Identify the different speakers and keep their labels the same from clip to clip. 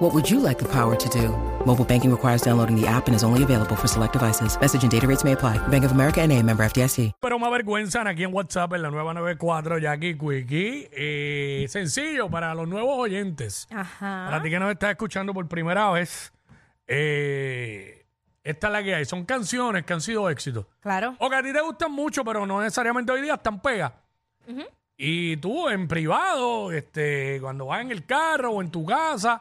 Speaker 1: What would you like the power to do? Mobile banking requires downloading the app and is only available for select devices. Message and data rates may apply. Bank of America and a member FDIC.
Speaker 2: Pero me avergüenzan aquí en WhatsApp en la nueva 94, Jackie Quickie. Eh, sencillo para los nuevos oyentes. Para
Speaker 3: Ajá.
Speaker 2: ti que nos estás escuchando por primera vez, eh, esta es la que hay. Son canciones que han sido éxitos.
Speaker 3: Claro.
Speaker 2: O que a ti te gustan mucho, pero no necesariamente hoy día están pegas. Y tú en privado, este, cuando vas en el carro o en tu casa,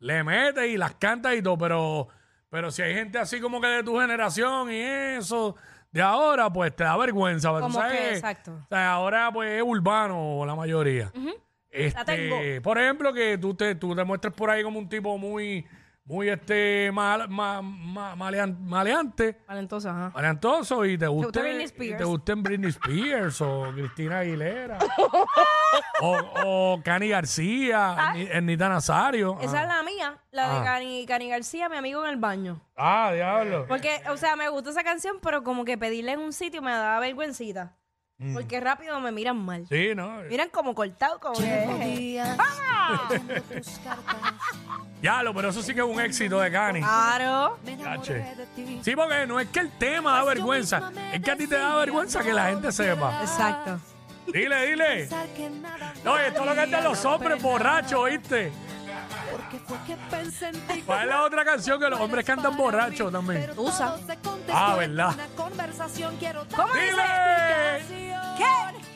Speaker 2: le metes y las cantas y todo, pero, pero si hay gente así como que de tu generación y eso, de ahora, pues te da vergüenza. pero tú
Speaker 3: Como
Speaker 2: sabes
Speaker 3: que,
Speaker 2: que,
Speaker 3: exacto.
Speaker 2: o sea, ahora pues es urbano la mayoría. Este,
Speaker 3: La tengo.
Speaker 2: Por ejemplo, que tú te, tú te muestres por ahí como un tipo muy, muy este, mal, ma- ma- malean- maleante.
Speaker 3: Vale, entonces, ajá.
Speaker 2: Maleantoso y te guste,
Speaker 3: gusta Britney
Speaker 2: y
Speaker 3: Spears?
Speaker 2: te gusten Britney Spears o Cristina Aguilera o, o Cani García, Erni- Ernita Nazario.
Speaker 3: Ah. Esa es
Speaker 2: ah.
Speaker 3: la mía, la
Speaker 2: Ah.
Speaker 3: de Cani, Cani García, mi amigo en el baño.
Speaker 2: Ah, diablo.
Speaker 3: Porque, o sea, me gusta esa canción, pero como que pedirla en un sitio me da vergüencita. Porque rápido me miran mal.
Speaker 2: Mm. Sí, ¿no?
Speaker 3: Miran como cortado, como que... eh,
Speaker 2: ¡Ah! Diablo, pero eso sí que es un éxito de Cani.
Speaker 3: Ah. Claro.
Speaker 2: Sí, porque no es que el tema da
Speaker 3: Pues
Speaker 2: vergüenza, es que a ti te da vergüenza que la gente
Speaker 3: Ah.
Speaker 2: sepa.
Speaker 3: Exacto.
Speaker 2: Dile, dile. No,
Speaker 4: No,
Speaker 2: y esto es lo que
Speaker 4: están
Speaker 2: andan los hombres borrachos, ¿oíste?
Speaker 4: Porque fue que pensé en ti.
Speaker 2: ¿Cuál es la otra canción que los hombres cantan borrachos también?
Speaker 3: Usa.
Speaker 2: Ah, ¿verdad?
Speaker 4: ¿Cómo
Speaker 2: dice?
Speaker 4: ¿Qué?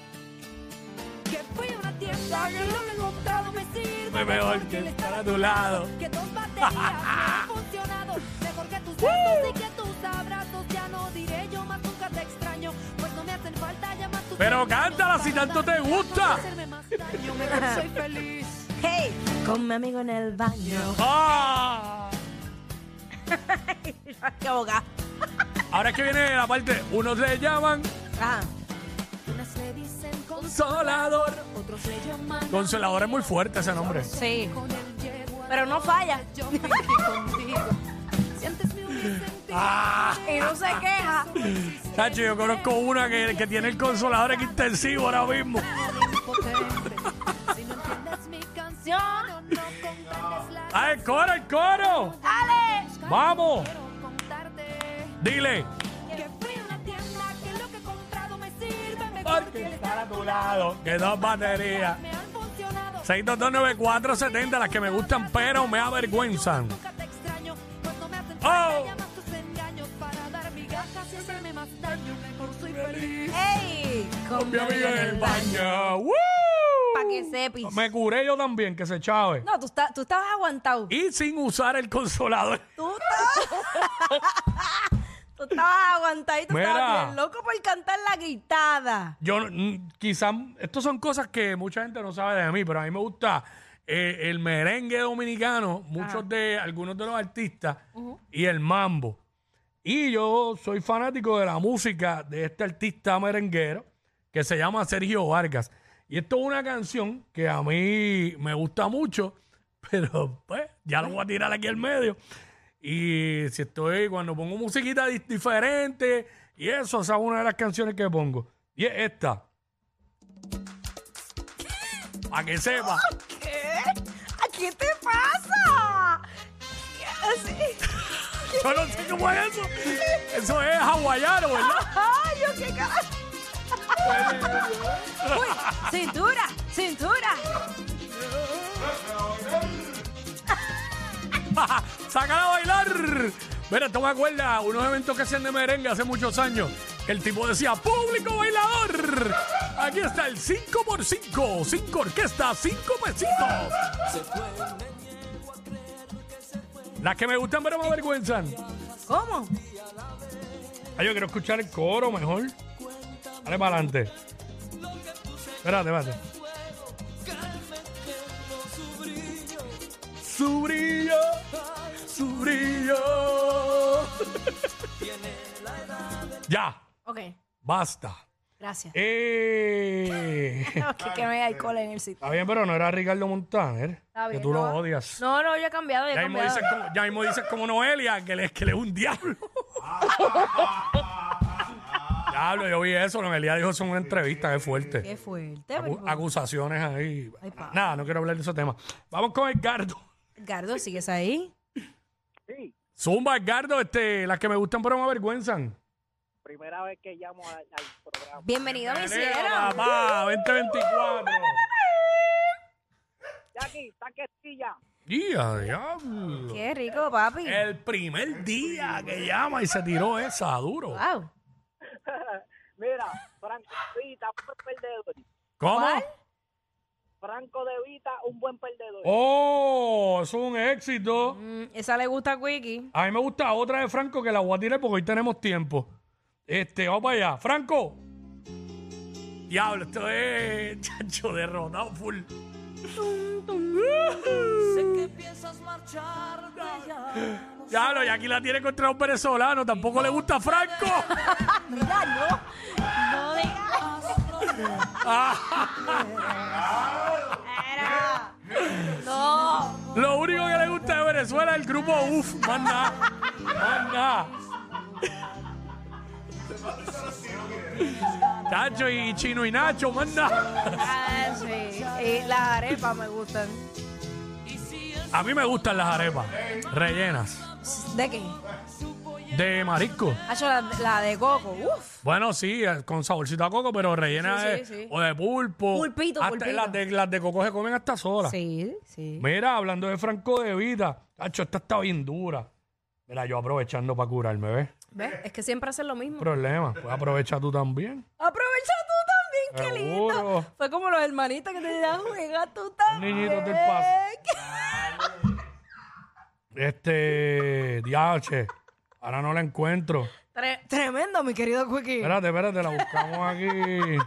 Speaker 4: Que fui a una tienda que no le he comprado, me sirve.
Speaker 2: Fue mejor que estar a tu lado.
Speaker 4: Que dos baterías no han funcionado. Mejor que tus besos y que tus abrazos. Ya no diré yo más nunca te extraño. Pues no me hacen falta ya más tus
Speaker 2: Pero
Speaker 4: besos,
Speaker 2: cántala
Speaker 4: tus
Speaker 2: si tanto te
Speaker 4: abrazos, ya no
Speaker 2: gusta.
Speaker 4: hacerme más daño, mejor soy feliz.
Speaker 3: Hey, con mi amigo en el baño.
Speaker 2: ¡Ah!
Speaker 3: Qué abogado.
Speaker 2: Ahora es que viene la parte, unos le llaman
Speaker 3: Ajá.
Speaker 4: Unas le dicen
Speaker 2: consolador.
Speaker 4: otros le llaman
Speaker 2: Consolador es muy fuerte ese nombre.
Speaker 3: Sí.
Speaker 4: con el yegua.
Speaker 3: Pero no falla.
Speaker 4: Yo me fui contigo. Si antes me hubiese sentido
Speaker 2: ¡Ah!
Speaker 3: Y no se queja.
Speaker 2: Tacho, yo conozco una que, que tiene el consolador aquí intensivo ahora mismo.
Speaker 4: impotente. Si no entiendes mi canción o no comprendes la
Speaker 2: ¡Ah, el coro, el coro!
Speaker 3: ¡Dale!
Speaker 2: ¡Vamos!
Speaker 4: quiero contarte.
Speaker 2: Dile.
Speaker 4: Que fui a una tienda que lo que he comprado me sirve. Me
Speaker 2: Porque estar a tu lado, que dos baterías.
Speaker 4: me han funcionado.
Speaker 2: 6229470, las que me gustan, pero me avergüenzan.
Speaker 4: Nunca te extraño, pues no me hacen
Speaker 2: Oh.
Speaker 4: falta ya más tus engaños para dar migajas y hacerme más daño. Mejor soy feliz.
Speaker 3: Hey, con
Speaker 2: Mi amigo en el baño. ¡Woo!
Speaker 3: Para que sepis.
Speaker 2: Me curé yo también, que se chave.
Speaker 3: No, tú, estás- tú estabas aguantado.
Speaker 2: Y sin usar el consolador.
Speaker 3: Tú estabas, tú estabas aguantado y tú
Speaker 2: Mira.
Speaker 3: estabas bien loco por cantar la gritada.
Speaker 2: Yo, quizás, estas son cosas que mucha gente no sabe de mí, pero a mí me gusta eh, el merengue dominicano, muchos de, algunos de los artistas, y el mambo. Y yo soy fanático de la música de este artista merenguero que se llama Sergio Vargas. Y esto es una canción que a mí me gusta mucho, pero pues ya lo voy a tirar aquí al medio. Y si estoy, cuando pongo musiquita di- diferente y eso, esa es una de las canciones que pongo. Y es esta. Para que sepa.
Speaker 3: ¿Qué? ¿A qué te pasa? ¿Qué así?
Speaker 2: Yo no sé cómo es eso. Eso es hawaiano, ¿verdad?
Speaker 3: ¡Ay, yo qué carajo! ¡Uy! ¡Cintura! ¡Cintura!
Speaker 2: ¡Sácala a bailar! Mira, esto me acuerda unos eventos que hacían de merengue hace muchos años. Que el tipo decía, ¡público bailador! Aquí está el 5x5, 5 orquestas, 5 pesitos. Las que me gustan pero me avergüenzan.
Speaker 3: ¿Cómo?
Speaker 2: Ay, Ah, yo quiero escuchar el coro mejor. Dale para adelante. Espérate, espérate. Su brillo, su brillo. ya,
Speaker 3: Ok.
Speaker 2: basta.
Speaker 3: Gracias.
Speaker 2: Eh,
Speaker 3: que, que no hay alcohol en el sitio.
Speaker 2: está bien, pero no era Ricardo Montaner.
Speaker 3: Está
Speaker 2: Que
Speaker 3: bien,
Speaker 2: tú lo
Speaker 3: no.
Speaker 2: odias.
Speaker 3: No, no, yo he cambiado, yo he
Speaker 2: Ya mismo,
Speaker 3: cambiado.
Speaker 2: dices como, ya mismo dices como Noelia, que le, que le es un diablo. diablo, yo vi eso. Noelia dijo eso en una entrevista, es fuerte.
Speaker 3: Qué fuerte,
Speaker 2: Acu-
Speaker 3: pero-
Speaker 2: acusaciones ahí.
Speaker 3: Ay, pa.
Speaker 2: Nada, no quiero hablar de ese tema. Vamos con Edgardo.
Speaker 3: Edgardo, ¿sigues ahí?
Speaker 5: Sí,
Speaker 2: Zumba, Edgardo, este, las que me gustan pero me avergüenzan.
Speaker 5: primera vez que llamo al, al programa.
Speaker 3: Bienvenido, me
Speaker 2: Pelea,
Speaker 3: hicieron.
Speaker 2: papá, 2024.
Speaker 5: Jackie, taquetilla.
Speaker 2: Día, diablo.
Speaker 3: Qué rico, papi.
Speaker 2: El primer día que llama y se tiró esa, duro.
Speaker 3: Wow.
Speaker 5: Mira, Franco de Vita, un buen perdedor.
Speaker 2: ¿Cómo?
Speaker 3: ¿Cuál?
Speaker 5: Franco de Vita, un buen perdedor.
Speaker 2: Oh, eso es un éxito.
Speaker 3: Mm, esa le gusta a Quickie.
Speaker 2: A mí me gusta otra de Franco que la voy a tirar porque hoy tenemos tiempo. Este, vamos para allá. Franco. Diablo, esto es chacho derrotado full. Diablo, y aquí la tiene contra un venezolano. Tampoco le gusta a Franco.
Speaker 3: No digas. Era. No.
Speaker 2: Lo único que le gusta de Venezuela es el grupo UF. Más nada. Más nada. Chacho y Chino y Nacho, más nada.
Speaker 3: Ah, sí. Y las arepas me gustan.
Speaker 2: A mí me gustan las arepas rellenas
Speaker 3: ¿De qué?
Speaker 2: de marisco.
Speaker 3: Ah, yo la, la de coco. Uf.
Speaker 2: Bueno, sí, eh, con saborcito a coco, pero rellenas
Speaker 3: Sí, sí,
Speaker 2: de,
Speaker 3: sí, sí.
Speaker 2: o de pulpo.
Speaker 3: Pulpito,
Speaker 2: Hasta
Speaker 3: pulpito.
Speaker 2: Las de, las de coco se comen hasta solas.
Speaker 3: Sí, sí.
Speaker 2: Mira, hablando de Franco de Vita, Chacho, esta está bien dura. Mira, yo aprovechando para curarme, ¿ves?
Speaker 3: ¿Ves? Es que siempre hacen lo mismo.
Speaker 2: Problema, pues aprovecha tú también.
Speaker 3: Aprovecha tú también, qué lindo.
Speaker 2: Seguro.
Speaker 3: Fue como los hermanitos que te decían, juega tú también.
Speaker 2: niñitos del paso. Este, diache, ahora no la encuentro.
Speaker 3: Tre- tremendo, mi querido Quickie.
Speaker 2: Espérate, espérate, la buscamos aquí.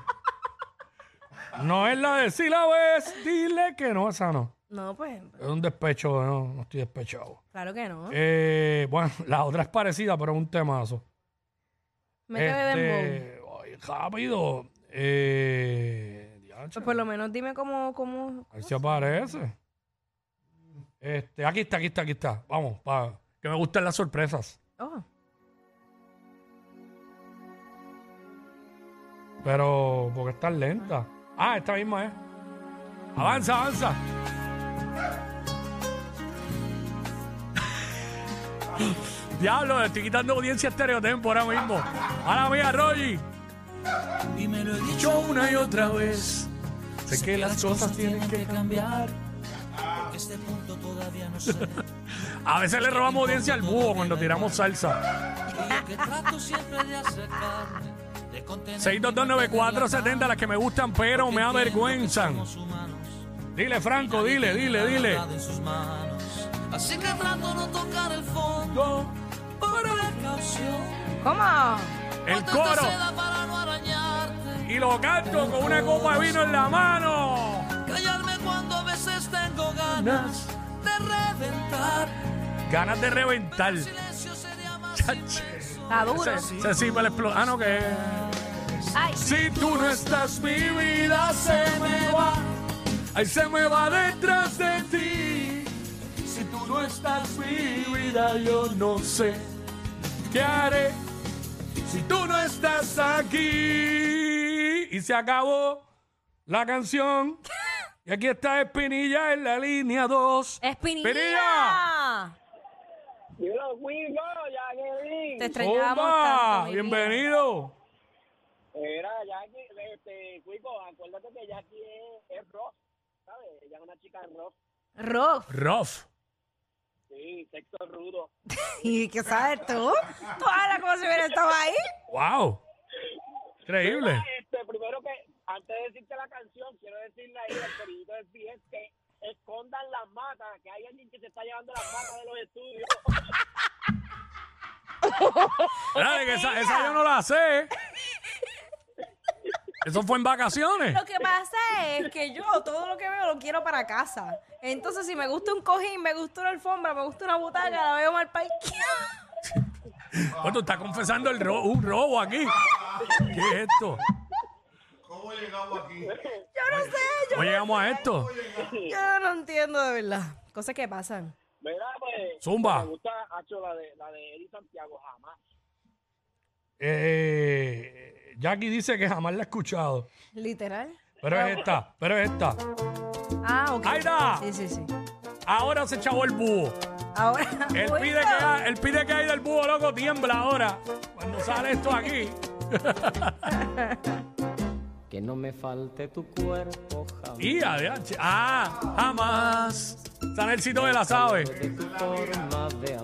Speaker 2: No es la de si la ves, dile que no, esa no.
Speaker 3: No, pues,
Speaker 2: Es un despecho, no, no estoy despechado.
Speaker 3: claro que no.
Speaker 2: Eh, bueno, la otra es parecida, pero es un temazo.
Speaker 3: Me quedé de
Speaker 2: Este, ay, rápido. Eh, diache,
Speaker 3: Pues por lo menos dime cómo, cómo.
Speaker 2: a ver si aparece. Este, aquí está, aquí está, aquí está. Vamos, pa, que me gustan las sorpresas.
Speaker 3: Oh,
Speaker 2: Pero, porque está lenta. Ah, esta misma es. Avanza, avanza. Diablo, le estoy quitando audiencia a estereotempo ahora mismo. Ahora mía, Rogi.
Speaker 6: Y me lo he dicho
Speaker 2: Yo una y otra vez. Sé que las cosas tienen que
Speaker 6: cambiar. Porque este punto todavía no sé.
Speaker 2: A veces le robamos audiencia al búho cuando tiramos salsa.
Speaker 6: Y yo que trato siempre de acercarme. De contener
Speaker 2: 6229470, las que me gustan, pero me avergüenzan.
Speaker 6: los humanos.
Speaker 2: Dile, Franco, dile, dile, dile.
Speaker 6: nada En sus manos. Así que trato no tocar el fondo. Por precaución.
Speaker 3: ¿Cómo?
Speaker 2: El
Speaker 6: Ponte esta
Speaker 2: coro.
Speaker 6: seda para no arañarte.
Speaker 2: Y lo canto con una copa de vino en la mano.
Speaker 6: Callarme cuando a veces tengo ganas de reventar.
Speaker 2: Ganas de reventar.
Speaker 6: El silencio sería más inmenso.
Speaker 3: Está duro.
Speaker 2: Se, se sí me la explo- Ah, no, que.
Speaker 3: Ay,
Speaker 2: Si tú no estás, mi vida se me va. Ay, se me va detrás de ti. Si tú no estás, mi vida, yo no sé qué haré. Si tú no estás aquí. Y se acabó la canción. Y aquí está Espinilla en la línea 2.
Speaker 3: Espinilla.
Speaker 5: Y los Wigo, Jacqueline.
Speaker 3: Te extrañábamos
Speaker 2: Zumba,
Speaker 3: tanto. mi vida.
Speaker 2: bienvenido.
Speaker 5: Mira, Jackie, este, Cuico, acuérdate que Jackie es, es rock, ¿sabes? Ella es una chica rock,
Speaker 3: Rof.
Speaker 2: Rough.
Speaker 5: sí, sexo rudo.
Speaker 3: ¿Y qué sabes tú? Tú hablas como si hubiera estado ahí.
Speaker 2: Wow. Increíble.
Speaker 5: Mira, Este, primero que, antes de decirte la canción, quiero decirle ahí al corillito del BS que escondan las matas, que hay alguien que se está llevando las matas de los estudios.
Speaker 2: Dale, que esa, esa yo no la sé. Eso fue en vacaciones.
Speaker 3: Lo que pasa es que yo todo lo que veo lo quiero para casa. Entonces, si me gusta un cojín, me gusta una alfombra, me gusta una butaca, la veo mal parqueada.
Speaker 2: Pues Bueno, tú estás confesando el ro- un robo aquí. ¿Qué es esto?
Speaker 7: hemos llegado aquí?
Speaker 3: Yo no sé, yo,
Speaker 2: ¿Cómo llegamos a esto?
Speaker 3: yo no entiendo de verdad. Cosas que pasan.
Speaker 5: Mira, pues.
Speaker 2: Zumba.
Speaker 5: Me gusta, hacho, la de, la de Eddie Santiago, jamás.
Speaker 2: Eh, Jackie dice que jamás la ha escuchado.
Speaker 3: Literal.
Speaker 2: Pero es esta, pero es esta.
Speaker 3: Ah, ok.
Speaker 2: Ahí está.
Speaker 3: Sí, sí, sí.
Speaker 2: Ahora se echó el búho.
Speaker 3: Ahora.
Speaker 2: Él
Speaker 3: Wilson,
Speaker 2: pide, que, ha- él pide que haya del búho, loco, tiembla ahora. Cuando sale esto aquí.
Speaker 8: Que no me falte tu cuerpo jamás.
Speaker 2: Y adiós. Ah, jamás. Sanelcito de la sabe.
Speaker 8: De tu forma de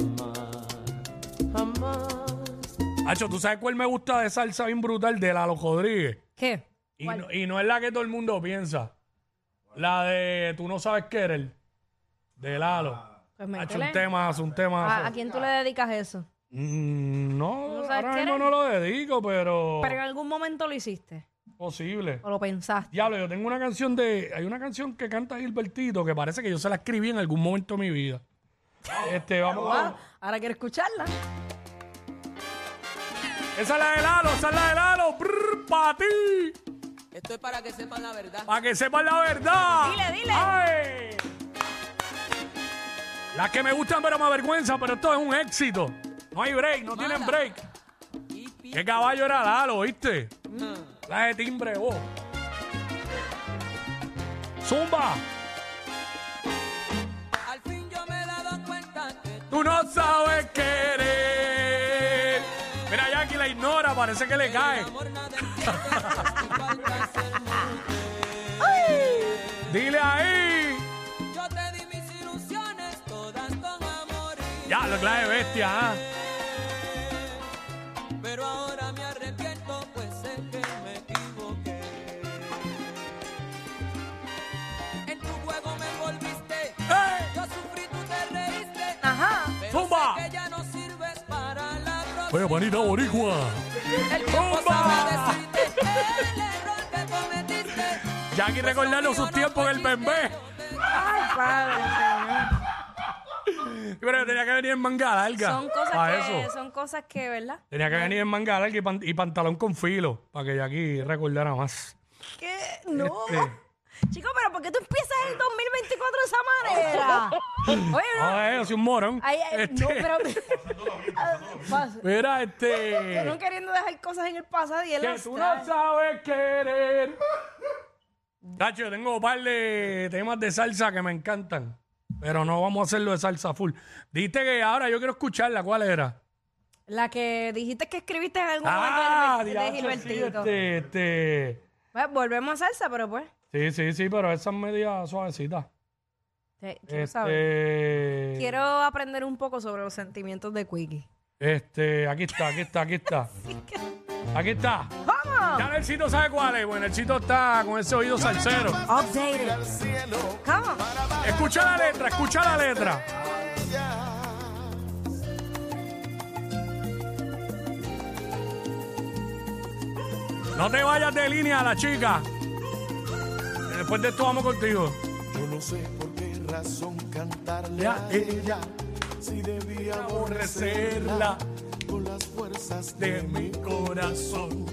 Speaker 8: amar. Jamás.
Speaker 2: Hacho, ¿tú sabes cuál me gusta de salsa bien brutal? De Lalo Rodríguez.
Speaker 3: ¿Qué?
Speaker 2: Y no, y no es la que todo el mundo piensa. La de Tú no sabes querer. De Lalo.
Speaker 3: Pues
Speaker 2: Ha
Speaker 3: métele.
Speaker 2: un tema, un tema.
Speaker 3: ¿A, a quién tú le dedicas eso?
Speaker 2: Mm, no,
Speaker 3: ¿No sabes
Speaker 2: ahora mismo
Speaker 3: querer?
Speaker 2: no lo dedico, pero,
Speaker 3: Pero en algún momento lo hiciste
Speaker 2: posible.
Speaker 3: o lo pensaste.
Speaker 2: Diablo, yo tengo una canción de. Hay una canción que canta Gilbertito que parece que yo se la escribí en algún momento de mi vida. Este, vamos,
Speaker 3: Ah,
Speaker 2: vamos.
Speaker 3: ahora quiero escucharla.
Speaker 2: Esa es la de Lalo, esa es la de Lalo. para ti.
Speaker 6: Esto es para que sepan la verdad.
Speaker 2: Para que sepan la verdad.
Speaker 3: Dile, dile.
Speaker 2: ¡Ay! Las que me gustan, pero me avergüenzan, pero esto es un éxito. No hay break, no tienen break.
Speaker 6: Y pi-
Speaker 2: ¿Qué caballo era Lalo, viste?
Speaker 6: Mm.
Speaker 2: La de timbre, vos. Zumba,
Speaker 6: Al fin yo me he dado cuenta que
Speaker 2: tú no sabes querer. Mira, Jackie la ignora, parece que le cae.
Speaker 6: amor nada importa, es igual que hacer mujer.
Speaker 2: Dile ahí.
Speaker 6: Yo te di mis ilusiones todas con amor, y-
Speaker 2: Ya, lo clave bestia, ¿ah?
Speaker 6: pero ahora me arrepiento pues sé que me equivoqué. En tu juego me volviste,
Speaker 2: ¡Ey!
Speaker 6: yo sufrí, tú te reíste,
Speaker 3: Ajá.
Speaker 6: pero
Speaker 2: Zumba.
Speaker 6: sé que ya no sirves para la próxima.
Speaker 2: Oye, panita boricua.
Speaker 6: El tiempo
Speaker 2: ¡Zumba!
Speaker 6: sabe decirte el error que cometiste.
Speaker 2: Jackie recordando sus tiempos en el bembé.
Speaker 3: Ay, padre,
Speaker 2: Pero tenía que venir en manga larga.
Speaker 3: señor. Son cosas
Speaker 2: pa'
Speaker 3: que,
Speaker 2: eso.
Speaker 3: son cosas que, ¿verdad?
Speaker 2: Tenía que venir en manga larga y, pan- y pantalón con filo, para que Jackie recordara más.
Speaker 3: ¿Qué? No.
Speaker 2: Este.
Speaker 3: Chico, pero ¿por qué tú empiezas el 2024 de esa manera? Oye, no.
Speaker 2: Ah, eh, soy un morón.
Speaker 3: Ay, ay,
Speaker 2: Este,
Speaker 3: No, pero. Paso.
Speaker 2: Mira,
Speaker 3: Yo no
Speaker 2: este.
Speaker 3: queriendo dejar cosas en el pasado y él
Speaker 2: Que
Speaker 3: las
Speaker 2: tú
Speaker 3: trae.
Speaker 2: no sabes querer.
Speaker 3: Mm.
Speaker 2: Tacho, yo tengo un par de temas de salsa que me encantan. Pero no vamos a hacerlo de salsa full. Dijiste que ahora yo quiero escucharla. ¿Cuál era?
Speaker 3: La que dijiste que escribiste en algún
Speaker 2: Ah,
Speaker 3: momento de
Speaker 2: diache, sí,
Speaker 3: Gilbertito.
Speaker 2: este, este.
Speaker 3: Pues, volvemos a salsa, pero pues.
Speaker 2: Sí, sí, sí, pero esas medias suavecitas.
Speaker 3: te- quiero saber.
Speaker 2: Este,
Speaker 3: Quiero aprender un poco sobre los sentimientos de Quickie.
Speaker 2: este, aquí está, aquí está, aquí está. Aquí está.
Speaker 3: ¡Vamos!
Speaker 2: Ya Nelsito sabe cuál es. Bueno, Nelsito está con ese oído salsero.
Speaker 3: Updated. Come on.
Speaker 2: Escucha la letra, escucha la letra. No te vayas de línea, la chica. Después de esto vamos contigo.
Speaker 9: Yo no sé por qué razón cantarle
Speaker 2: Ya,
Speaker 9: a
Speaker 2: eh.
Speaker 9: ella si debía aborrecerla
Speaker 2: Aborrecerla
Speaker 9: con las fuerzas
Speaker 2: De
Speaker 9: de
Speaker 2: mi
Speaker 9: mí.
Speaker 2: corazón.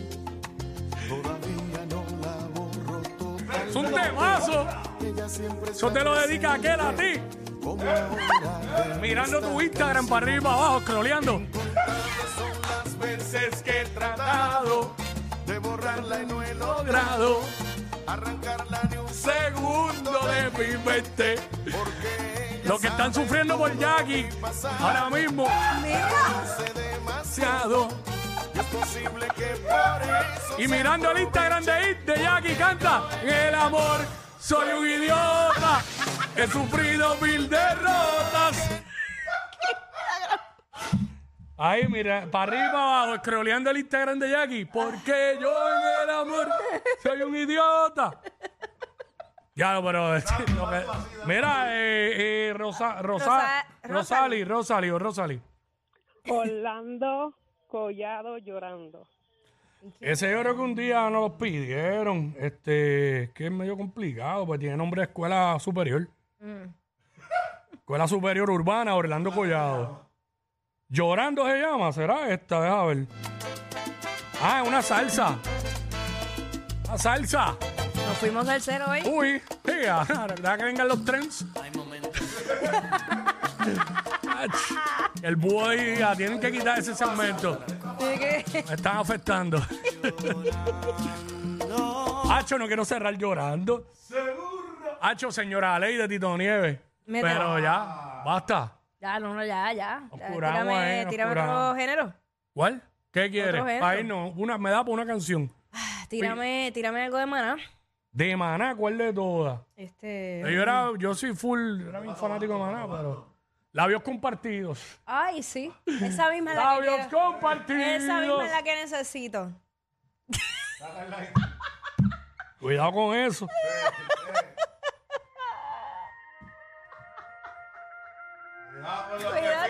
Speaker 9: Todavía no la borro total.
Speaker 2: Es un temazo.
Speaker 9: Ella siempre
Speaker 2: Yo te lo dedica aquel a ti.
Speaker 9: como ahora de
Speaker 2: Mirando tu Instagram para arriba y para abajo, scrolleando.
Speaker 9: son las veces que he tratado de borrarla y no he logrado
Speaker 2: Grado,
Speaker 9: arrancarla ni un ser
Speaker 2: segundo de mi mente.
Speaker 9: porque ella
Speaker 2: Los que están
Speaker 9: sabe
Speaker 2: sufriendo por Jackie ahora mismo.
Speaker 9: sé demasiado.
Speaker 2: Demasiado.
Speaker 9: Y es posible que por eso
Speaker 2: Y mirando el Instagram de It, de Jackie canta El amor, soy un idiota He sufrido mil derrotas Ahí, mira, para arriba, abajo, scrolleando el Instagram de Jackie Porque yo en el amor soy un idiota Ya, pero... este, lo que- mira, eh, eh, Rosa, Rosa,
Speaker 3: Rosa-
Speaker 2: Rosali, Rosali o Rosali
Speaker 10: Orlando Collado llorando.
Speaker 2: Ese yo creo que un día nos los pidieron. Este, es que es medio complicado, pues tiene nombre de escuela superior. Escuela superior urbana, Orlando Collado. Llorando se llama, será esta, deja ver. Ah, es una salsa. La salsa.
Speaker 3: Nos fuimos del cero hoy.
Speaker 2: Uy, tía, ¿verdad que vengan los trends?
Speaker 6: Hay momentos.
Speaker 2: Ach, El búho ahí, ah, tienen que quitar ese segmento.
Speaker 3: Así que-
Speaker 2: Me están afectando. Hacho, no quiero cerrar llorando. Hacho, señora ley de Tito Nieves.
Speaker 3: Mira.
Speaker 2: Pero ya, basta.
Speaker 3: Ya, no, no, ya, ya.
Speaker 2: Nos
Speaker 3: Ya,
Speaker 2: curamos
Speaker 3: tírame
Speaker 2: ahí, nos
Speaker 3: tírame
Speaker 2: curamos.
Speaker 3: otro género.
Speaker 2: ¿Cuál? ¿Qué quieres?
Speaker 3: género.
Speaker 2: Ahí no, una, me da por una canción.
Speaker 3: Ah, Tírame, tírame algo de maná.
Speaker 2: De Maná, ¿cuál de todas? Yo,
Speaker 3: Este.
Speaker 2: era, yo soy full, era bien fanático de Maná, pero... Labios compartidos.
Speaker 3: Ay, sí. Esa misma es la que
Speaker 2: Labios
Speaker 3: quiero.
Speaker 2: compartidos.
Speaker 3: Esa misma es la que necesito.
Speaker 2: Cuidado con eso.
Speaker 3: Cuidado con,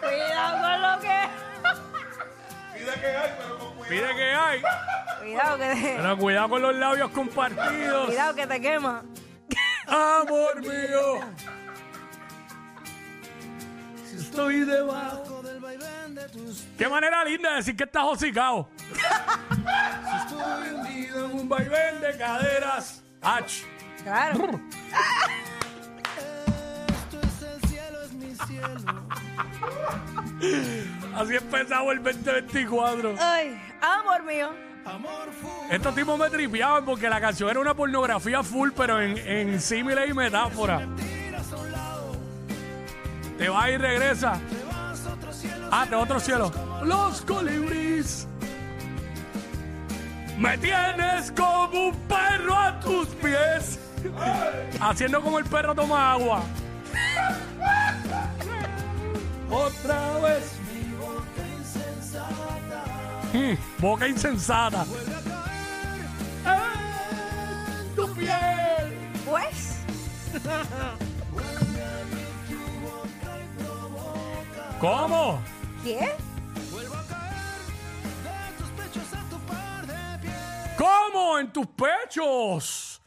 Speaker 3: cuidado con lo que.
Speaker 2: Pide que hay.
Speaker 3: Cuidado que te,
Speaker 2: Pero cuidado con los labios compartidos.
Speaker 3: cuidado que te quema.
Speaker 2: Amor mío. Si Estoy debajo del vaivén de tus. Qué manera linda de decir que estás hocicado. Si estoy hundido en un vaivén de caderas. Ach.
Speaker 3: Claro.
Speaker 2: Así empezamos el 2024.
Speaker 3: Ay, amor mío.
Speaker 2: Estos tipos me tripeaban porque la canción era una pornografía full, pero en, en símiles y metáfora. Te vas y regresa. Ah, te vas a otro cielo. Los colibríes. Me tienes como un perro a tus pies. Haciendo como el perro toma agua. Otra vez mi Hmm, boca insensata. boca insensata. En tu piel.
Speaker 3: Pues.
Speaker 2: ¿Cómo?
Speaker 3: ¿Qué?
Speaker 2: ¿Cómo? En tus pechos.